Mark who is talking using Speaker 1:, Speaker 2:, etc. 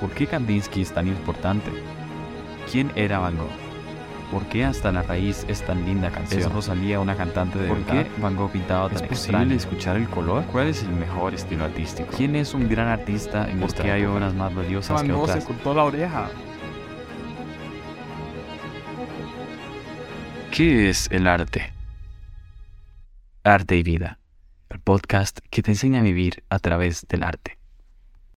Speaker 1: ¿Por qué Kandinsky es tan importante? ¿Quién era Van Gogh? ¿Por qué hasta la raíz es tan linda canción?
Speaker 2: ¿Es Rosalía una cantante de
Speaker 1: ¿Por
Speaker 2: verdad?
Speaker 1: qué Van Gogh pintaba tan
Speaker 2: ¿Es posible
Speaker 1: extraño?
Speaker 2: escuchar el color?
Speaker 1: ¿Cuál es el mejor estilo artístico?
Speaker 2: ¿Quién es un gran artista en
Speaker 1: ¿Por
Speaker 2: nuestra
Speaker 1: qué hay
Speaker 2: época?
Speaker 1: obras más valiosas
Speaker 3: Van
Speaker 1: que
Speaker 3: Gogh se
Speaker 1: otras?
Speaker 3: cortó la oreja.
Speaker 1: ¿Qué es el arte? Arte y vida. El podcast que te enseña a vivir a través del arte.